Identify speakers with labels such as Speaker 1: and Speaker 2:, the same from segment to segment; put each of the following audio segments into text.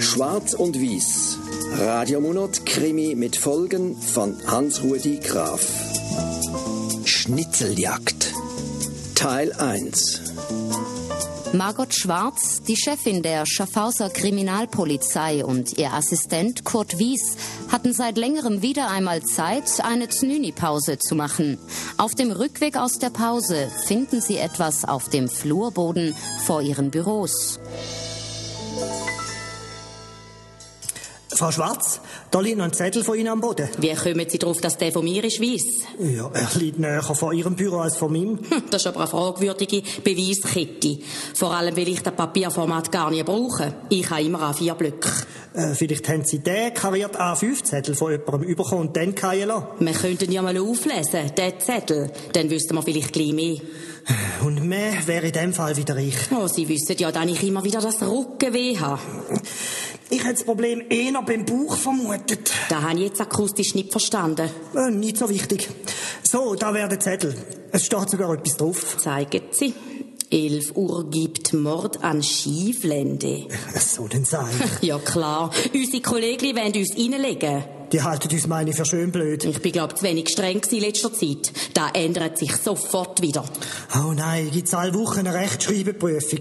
Speaker 1: Schwarz und Wies. Radiomonat Krimi mit Folgen von Hans-Rudi Graf. Schnitzeljagd. Teil 1.
Speaker 2: Margot Schwarz, die Chefin der Schaffhauser Kriminalpolizei und ihr Assistent Kurt Wies hatten seit längerem wieder einmal Zeit, eine Znüni-Pause zu machen. Auf dem Rückweg aus der Pause finden sie etwas auf dem Flurboden vor ihren Büros.
Speaker 3: Frau Schwarz, da liegen noch ein Zettel von Ihnen am Boden.
Speaker 4: Wie kommen Sie darauf, dass der von mir ist, weiss?
Speaker 3: Ja, er liegt näher vor Ihrem Büro als von meinem.
Speaker 4: Hm, Das ist aber eine fragwürdige Beweiskette. Vor allem, weil ich das Papierformat gar nicht brauche. Ich habe immer A4 Blöcke.
Speaker 3: Äh, vielleicht haben Sie den kariert A5-Zettel von jemandem überkommen und dann keinen lassen.
Speaker 4: Wir könnten ja mal auflesen, den Zettel. Dann wüssten wir vielleicht gleich mehr.
Speaker 3: Und mehr wäre in dem Fall wieder ich.
Speaker 4: Oh, Sie wissen ja, dass ich immer wieder das Rückenweh habe.
Speaker 3: Ich hätte das Problem eher beim Bauch vermutet.
Speaker 4: Das habe ich jetzt akustisch nicht verstanden.
Speaker 3: Äh, nicht so wichtig. So, da wäre der Zettel. Es steht sogar etwas drauf.
Speaker 4: Zeigen Sie. 11 Uhr gibt Mord an Schieflände.
Speaker 3: Es soll denn sein.
Speaker 4: Ja klar, unsere Kollegen wollen uns reinlegen.
Speaker 3: Die halten uns meine für schön blöd.
Speaker 4: Ich bin, glaub zu wenig streng gewesen in letzter Zeit. Da ändert sich sofort wieder.
Speaker 3: Oh nein, gibt's alle Wochen eine Rechtschreibeprüfung.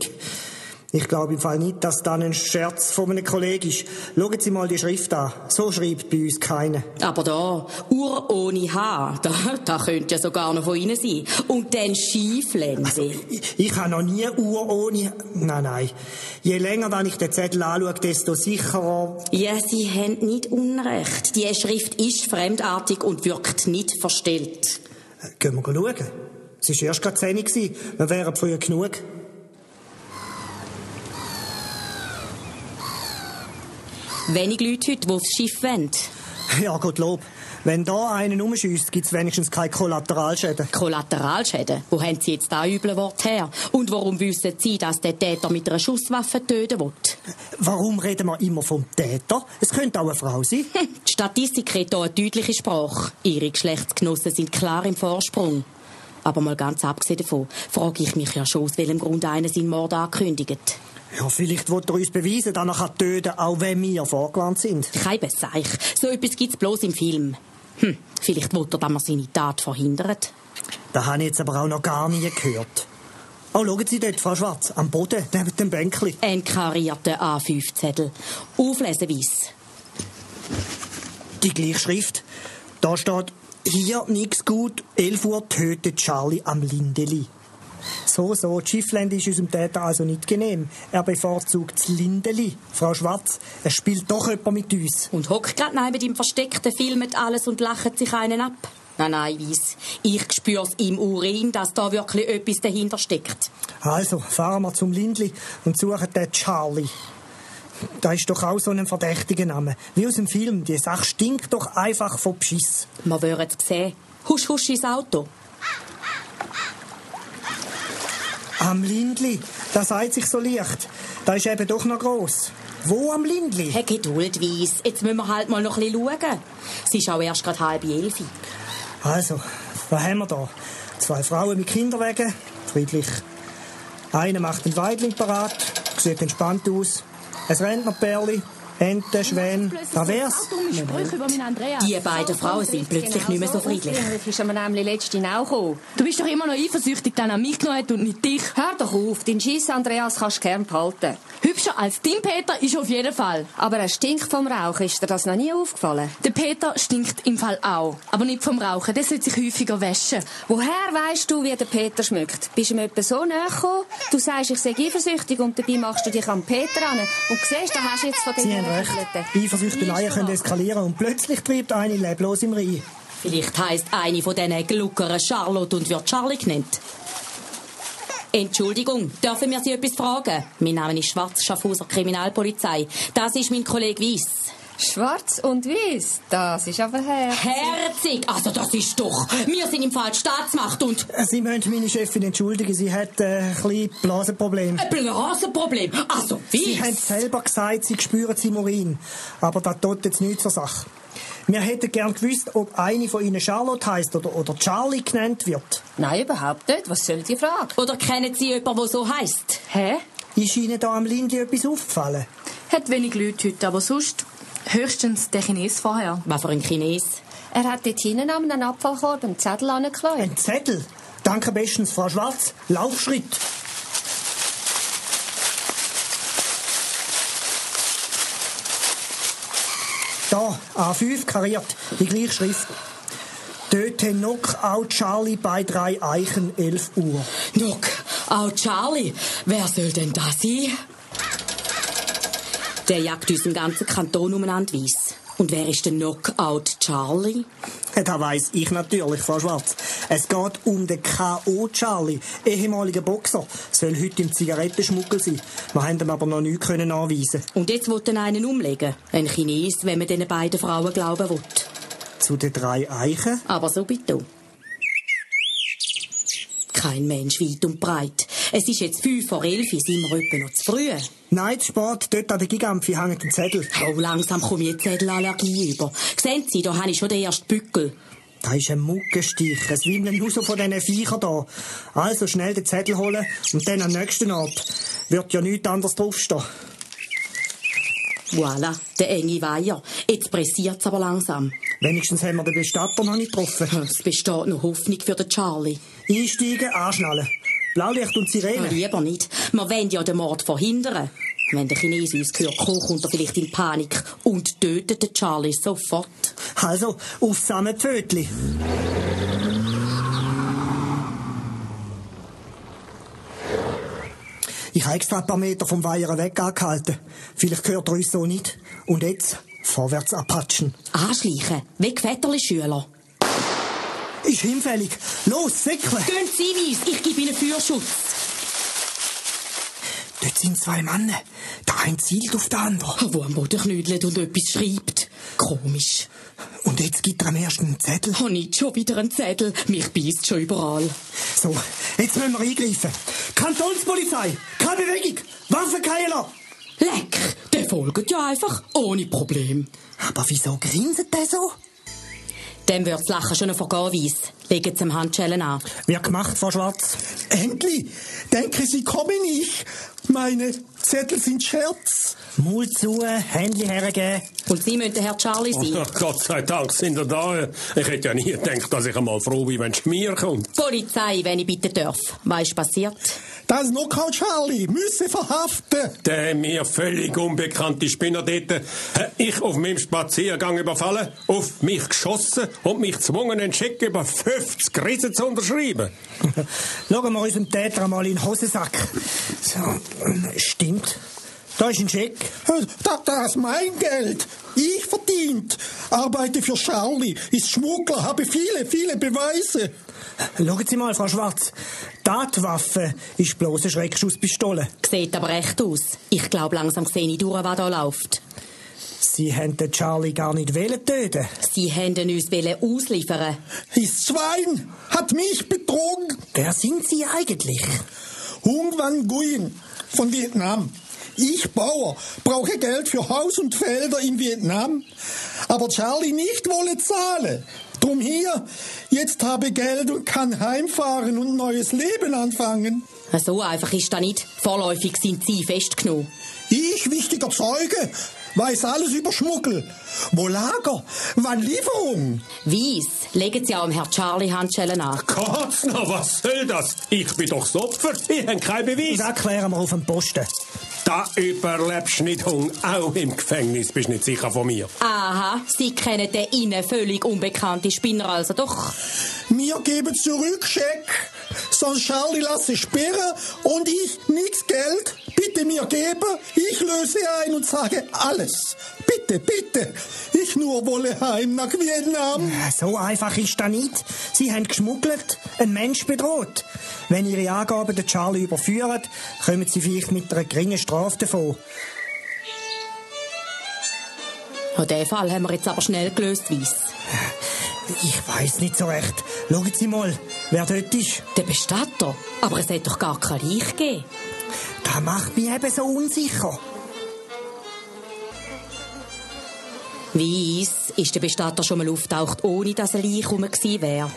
Speaker 3: Ich glaube im Fall nicht, dass das ein Scherz von einem Kollegen ist. Schauen Sie mal die Schrift an. So schreibt bei uns keiner.
Speaker 4: Aber da, Uhr ohne Haar, da, da könnte ja sogar noch von Ihnen sein. Und dann Schieflänse.
Speaker 3: Ich, ich habe noch nie Uhr ohne... Nein, nein. Je länger dann ich den Zettel anschaue, desto sicherer...
Speaker 4: Ja, Sie haben nicht Unrecht. Die Schrift ist fremdartig und wirkt nicht verstellt.
Speaker 3: Äh, Gehen wir schauen. Es war erst gerade 10 Uhr. gewesen. Wir wären früh genug.
Speaker 4: Wenig Leute heute, die aufs Schiff wollen.
Speaker 3: Ja, Gottlob. Wenn da einen umschießt, gibt's wenigstens keine Kollateralschäden.
Speaker 4: Kollateralschäden. Wo haben Sie jetzt da üble Wort her? Und warum wissen Sie, dass der Täter mit einer Schusswaffe töten will?
Speaker 3: Warum reden wir immer vom Täter? Es könnte auch eine Frau sein.
Speaker 4: Die Statistik hat hier eine deutliche Sprache. Ihre Geschlechtsgenossen sind klar im Vorsprung. Aber mal ganz abgesehen davon, frage ich mich ja schon, aus welchem Grund einer seinen Mord ankündigt.
Speaker 3: Ja, vielleicht will er uns beweisen, dass er kann töten kann, auch wenn wir vorgewandt sind.
Speaker 4: Kein Bezeich. So etwas gibt's bloß im Film. Hm, vielleicht will er, dass man seine Tat verhindert.
Speaker 3: Das habe ich jetzt aber auch noch gar nie gehört. Oh, schauen Sie dort, Frau Schwarz, am Boden, neben dem Bänkli.
Speaker 4: Ein karierter A5-Zettel. Auflesen weiss.
Speaker 3: Die gleiche Schrift. Da steht, hier nix gut, 11 Uhr tötet Charlie am Lindeli. So, so, die Schifflände ist unserem Täter also nicht genehm. Er bevorzugt das Lindeli. Frau Schwarz, es spielt doch jemand mit uns.
Speaker 4: Und hockt grad neben dem versteckten filmt alles und lacht sich einen ab. Nein, nein, weiss. Ich spür's im Urin, dass da wirklich etwas dahinter steckt.
Speaker 3: Also, fahren wir zum Lindli und suchen den Charlie. Da ist doch auch so ein verdächtiger Name. Wie aus dem Film, die Sache stinkt doch einfach vom Beschiss.
Speaker 4: Man würde es sehen. Husch, husch ins Auto.
Speaker 3: Am Lindli, das sagt sich so leicht. Da ist eben doch noch groß. Wo am Lindli?
Speaker 4: Hey, Geduld, Weiss. Jetzt müssen wir halt mal noch ein bisschen schauen. Es ist auch erst gerade halb elf.
Speaker 3: Also, was haben wir da? Zwei Frauen mit Kinderwegen, friedlich. Eine macht den Weidling parat, sieht entspannt aus. Ein Rentnerpärli, Ente, Schwäne, da wär's.
Speaker 4: Die beiden Frauen sind plötzlich nicht mehr so friedlich.
Speaker 5: Das ist mir nämlich letztens auch gekommen. Du bist doch immer noch eifersüchtig, dass er mich genommen hat und nicht dich.
Speaker 6: Hör doch auf, den Schiss, Andreas, kannst du gern behalten.
Speaker 5: Hübscher als dein Peter ist auf jeden Fall.
Speaker 6: Aber er stinkt vom Rauch, ist dir das noch nie aufgefallen?
Speaker 5: Der Peter stinkt im Fall auch. Aber nicht vom Rauchen, der sollte sich häufiger waschen.
Speaker 6: Woher weißt du, wie der Peter schmeckt? Bist ihm etwa so näher gekommen? Du sagst, ich sei eifersüchtig und dabei machst du dich am Peter an. Und siehst, da hast du jetzt von
Speaker 3: Sie haben recht. Eifersüchteleien können eskalieren und plötzlich treibt eine leblos im Rhein.
Speaker 4: Vielleicht heisst eine von diesen Gluckern Charlotte und wird Charlie genannt. Entschuldigung, dürfen wir Sie etwas fragen? Mein Name ist Schwarz, Schaffhauser Kriminalpolizei. Das ist mein Kollege Weiss.
Speaker 6: Schwarz und weiß, das ist aber her.
Speaker 4: Herzig! Also das ist doch... Wir sind im Fall die Staatsmacht und...
Speaker 3: Sie müssen meine Chefin entschuldigen, sie hat äh, ein kleines Blasenproblem.
Speaker 4: Ein Blasenproblem! Also,
Speaker 3: Sie haben
Speaker 4: Weiss!
Speaker 3: selber gesagt, Sie spüren es im Urin. Aber das tut jetzt nichts zur Sache. Wir hätten gern gewusst, ob eine von Ihnen Charlotte heißt oder, oder Charlie genannt wird.
Speaker 6: Nein, überhaupt nicht. Was soll die Frage?
Speaker 4: Oder kennen Sie jemanden, der so heisst?
Speaker 6: Hä?
Speaker 3: Ist Ihnen da am Lindi etwas aufgefallen?
Speaker 5: Hat wenig Leute heute, aber sonst höchstens der Chines vorher.
Speaker 4: Was für ein Chines.
Speaker 6: Er hat dort hinten an einen Abfallkorb einen Zettel angeklebt.
Speaker 3: Ein Zettel. Danke bestens, Frau Schwarz. Laufschritt. Da, A5 kariert, die gleiche Schrift. Dort noch auch Charlie bei drei Eichen, 11 Uhr.
Speaker 4: Nock, auch Charlie. Wer soll denn das sein? Der jagt uns im ganzen Kanton umeinander weiss. Und wer ist der Knockout Charlie?
Speaker 3: Das weiss ich natürlich, Frau Schwarz. Es geht um den K.O. Charlie, ehemaliger Boxer. Soll heute im Zigarettenschmuggel sein. Wir haben ihm aber noch nichts können anweisen
Speaker 4: Und jetzt will er einen umlegen. Ein Chines, wenn man diesen beiden Frauen glauben will.
Speaker 3: Zu den drei Eichen?
Speaker 4: Aber so bitte. Kein Mensch weit und breit. Es ist jetzt fünf vor elf, sind wir etwa noch zu früh.
Speaker 3: Nein, zu spät. Dort an der Gigampfi hängt ein Zettel.
Speaker 4: Oh, langsam komme ich jetzt Zedelallergie über. Sehen Sie, da habe ich schon den ersten Bückel.
Speaker 3: Da ist ein Muggenstich. Es wimmeln nur so von diesen Viechern da. Also schnell den Zettel holen und dann am nächsten Ort. Wird ja nichts anderes draufstehen.
Speaker 4: Voilà, der enge Weiher. Jetzt pressiert's aber langsam.
Speaker 3: Wenigstens haben wir den Bestatter noch nicht getroffen.
Speaker 4: Es besteht noch Hoffnung für den Charlie.
Speaker 3: Einsteigen, anschnallen. Blaulicht und
Speaker 4: Ja,
Speaker 3: Sirene.
Speaker 4: lieber nicht. Wir wollen ja den Mord verhindern. Wenn der Chinese uns hört, kommt, kommt er vielleicht in Panik und tötet den Charlie sofort.
Speaker 3: Also, auf Samenpfötli. Ich habe extra ein paar Meter vom Weiher weg angehalten. Vielleicht hört er uns so nicht. Und jetzt vorwärts abpatschen.
Speaker 4: Anschleichen, wie Väterli-Schüler.
Speaker 3: Ist hinfällig. Los, säckle!
Speaker 4: Gehen Sie weiss, ich gebe Ihnen Feuerschutz.
Speaker 3: Dort sind zwei Männer. Der eine zielt auf den anderen.
Speaker 4: Wo am Boden knüdelt und etwas schreibt. Komisch.
Speaker 3: Und jetzt gibt er am ersten einen Zettel.
Speaker 4: Habe nicht schon wieder einen Zettel. Mich beißt schon überall.
Speaker 3: So, jetzt müssen wir eingreifen. Kantonspolizei! Keine Bewegung! Waffenkeiler!
Speaker 4: Leck, der folgt ja einfach, ohne Problem.
Speaker 3: Aber wieso grinset der so?
Speaker 4: Dem wird das Lachen schon vergehen weiss. Legen Sie ihm Handschellen an.
Speaker 3: Wird gemacht, Frau Schwarz.
Speaker 7: Endlich! Denken Sie, komme ich? Meine Zettel sind Scherz.
Speaker 3: Mund zu, Handy hergeben.
Speaker 4: Und Sie müssen der Herr Charlie sein.
Speaker 8: Ach, Oh Gott sei Dank sind ihr da. Ich hätte ja nie gedacht, dass ich einmal froh bin, wenn Schmier kommt.
Speaker 4: Polizei, wenn ich bitte darf. Was ist passiert?
Speaker 7: Das Knockout Charlie müsse verhaften.
Speaker 8: Der mir völlig unbekannte Spinner dort hat mich auf meinem Spaziergang überfallen, auf mich geschossen und mich gezwungen, einen Scheck über 50 Riesen zu unterschreiben.
Speaker 3: Schauen wir unserem Täter mal in den Hosensack. So, ähm, stimmt. Da ist ein Scheck.
Speaker 7: Das, das ist mein Geld. Ich verdient. Arbeite für Charlie, ist Schmuggler, habe viele, viele Beweise.
Speaker 3: Schauen Sie mal, Frau Schwarz. Da die Waffe ist bloß eine Schreckschusspistole.
Speaker 4: Sieht aber recht aus. Ich glaube, langsam sehe ich durch, was da läuft.
Speaker 3: Sie haben den Charlie gar nicht wollen töten.
Speaker 4: Sie haben uns wollen ausliefern.
Speaker 7: Ist Schwein, hat mich betrogen.
Speaker 3: Wer sind Sie eigentlich?
Speaker 7: Hung Van Nguyen von Vietnam. Ich, Bauer, brauche Geld für Haus und Felder in Vietnam, aber Charlie nicht wolle zahlen. Drum hier, jetzt habe Geld und kann heimfahren und neues Leben anfangen.
Speaker 4: So einfach ist das nicht. Vorläufig sind Sie festgenommen.
Speaker 7: Ich, wichtiger Zeuge, weiß alles über Schmuggel. Wo Lager, wann Lieferung?
Speaker 4: Weiss, legen Sie auch dem Herr Charlie Handschellen an.
Speaker 8: Gott, noch was soll das? Ich bin doch das Opfer. Ich habe keinen Beweis.
Speaker 3: Das klären wir auf dem Posten.
Speaker 8: Da überlebst du nicht, Hung. Auch im Gefängnis bist du nicht sicher von mir.
Speaker 4: Aha, Ah, Sie kennen den Ihnen völlig unbekannten Spinner also doch.
Speaker 7: Mir geben zurück Scheck, sonst Charlie lasse sperren und ich nix Geld. Bitte mir geben, ich löse ein und sage alles. Bitte, bitte, ich nur wolle heim nach Vietnam.
Speaker 3: Äh, So einfach ist das nicht. Sie haben geschmuggelt, einen Mensch bedroht. Wenn Ihre Angaben den Charlie überführen, kommen Sie vielleicht mit einer geringen Strafe davon.
Speaker 4: Ja, den Fall haben wir jetzt aber schnell gelöst, weiss.
Speaker 3: Ich weiß nicht so recht. Schauen Sie mal, wer dort ist.
Speaker 4: Der Bestatter? Aber es hat doch gar kein Reich gegeben.
Speaker 3: Das macht mich eben so unsicher.
Speaker 4: Weiss ist der Bestatter schon mal auftaucht, ohne dass er Leich rum gewesen wäre.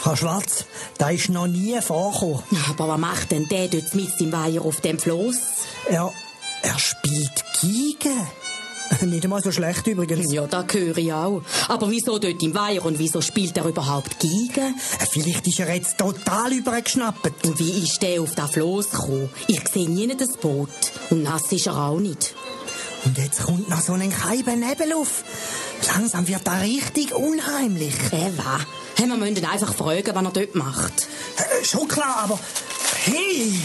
Speaker 3: Frau Schwarz, da ist noch nie vorgekommen.
Speaker 4: Aber was macht denn der dort mit im Weiher auf dem Floss?
Speaker 3: Er, er spielt Geige. Nicht einmal so schlecht übrigens.
Speaker 4: Ja, da höre ich auch. Aber wieso dort im Weiher und wieso spielt er überhaupt Geige?
Speaker 3: Vielleicht ist er jetzt total übergeschnappt.
Speaker 4: Und wie ist der auf das Floss gekommen? Ich sehe nie das Boot. Und nass ist er auch nicht.
Speaker 3: Und jetzt kommt noch so ein kalber Nebel auf. Langsam wird da richtig unheimlich.
Speaker 4: Eva, Äh, hey, wir müssen ihn einfach fragen, was er dort macht.
Speaker 3: Äh, Schon klar, aber äh,
Speaker 7: Hey,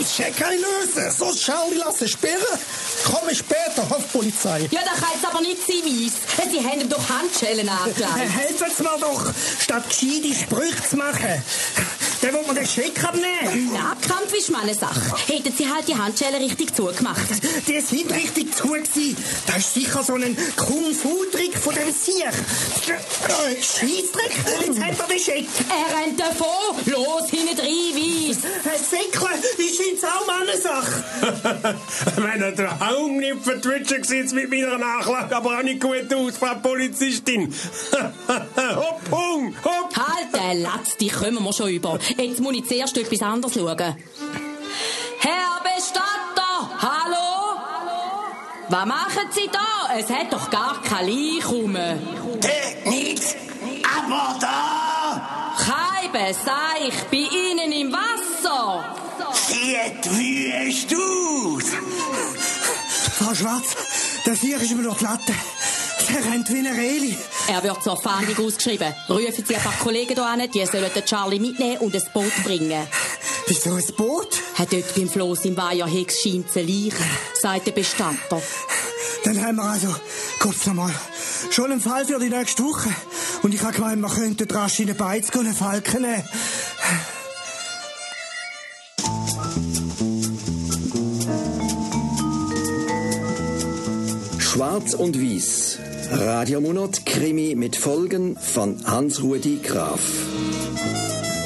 Speaker 7: ich check keine Löse, sonst Charlie lasse sperren. Komme später, Hofpolizei.
Speaker 4: Ja, das kann jetzt aber nicht sein, Weiss. Sie haben ihm doch Handschellen
Speaker 3: äh,
Speaker 4: angelegt.
Speaker 3: helfen Sie mir doch, statt gescheite Sprüche zu machen. Dann will man den Schick abnehmen.
Speaker 4: Der Abkampf ist meine Sache. Hätten sie halt die Handschellen richtig zugemacht.
Speaker 3: Die sind richtig zu gewesen. Das ist sicher so ein Kung-Fu-Trick von dem Sieg. Scheissdreck, jetzt hat er den Schick.
Speaker 4: Er rennt davon. Los, hinten rein, Weiss.
Speaker 3: Äh, Säckle, ist scheint's auch meine Sache.
Speaker 8: Wenn er den Haum nicht vertwitschen sieht mit meiner Nachlage aber auch nicht gut aus, Frau Polizistin. hopp, hum, hopp.
Speaker 4: Halt, äh, Latz, die kommen wir schon über. Jetzt muss ich zuerst etwas anderes schauen. Herr Bestatter, hallo? Was machen Sie da? Es hat doch gar kein Leich rum.
Speaker 9: Nichts, aber da
Speaker 4: Keibe, Seich, bei Ihnen im Wasser.
Speaker 9: sieht wüst aus.
Speaker 3: Frau Schwarz, der Sieg ist mir noch glatte. Der rennt wie eine Reli.
Speaker 4: Er wird zur Fahndung ausgeschrieben. Rufen Sie ein paar Kollegen hier an, die sollen den Charlie mitnehmen und ein Boot bringen.
Speaker 3: Bist du ein Boot?
Speaker 4: Hat dort beim Floss im Weiher Hex scheint zu Leichen, sagt der Bestatter.
Speaker 3: Dann haben wir also, kurz nochmal, schon einen Fall für die nächste Woche. Und ich habe gemeint, man könnte rasch in den Beiz gehen und einen Falken nehmen.
Speaker 1: Schwarz und Wies. Radiomonat Krimi mit Folgen von Hans-Rudi Graf.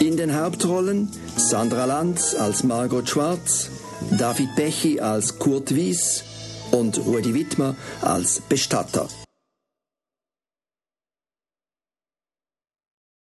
Speaker 1: In den Hauptrollen Sandra Lanz als Margot Schwarz, David Bechy als Kurt Wies und Rudi Wittmer als Bestatter.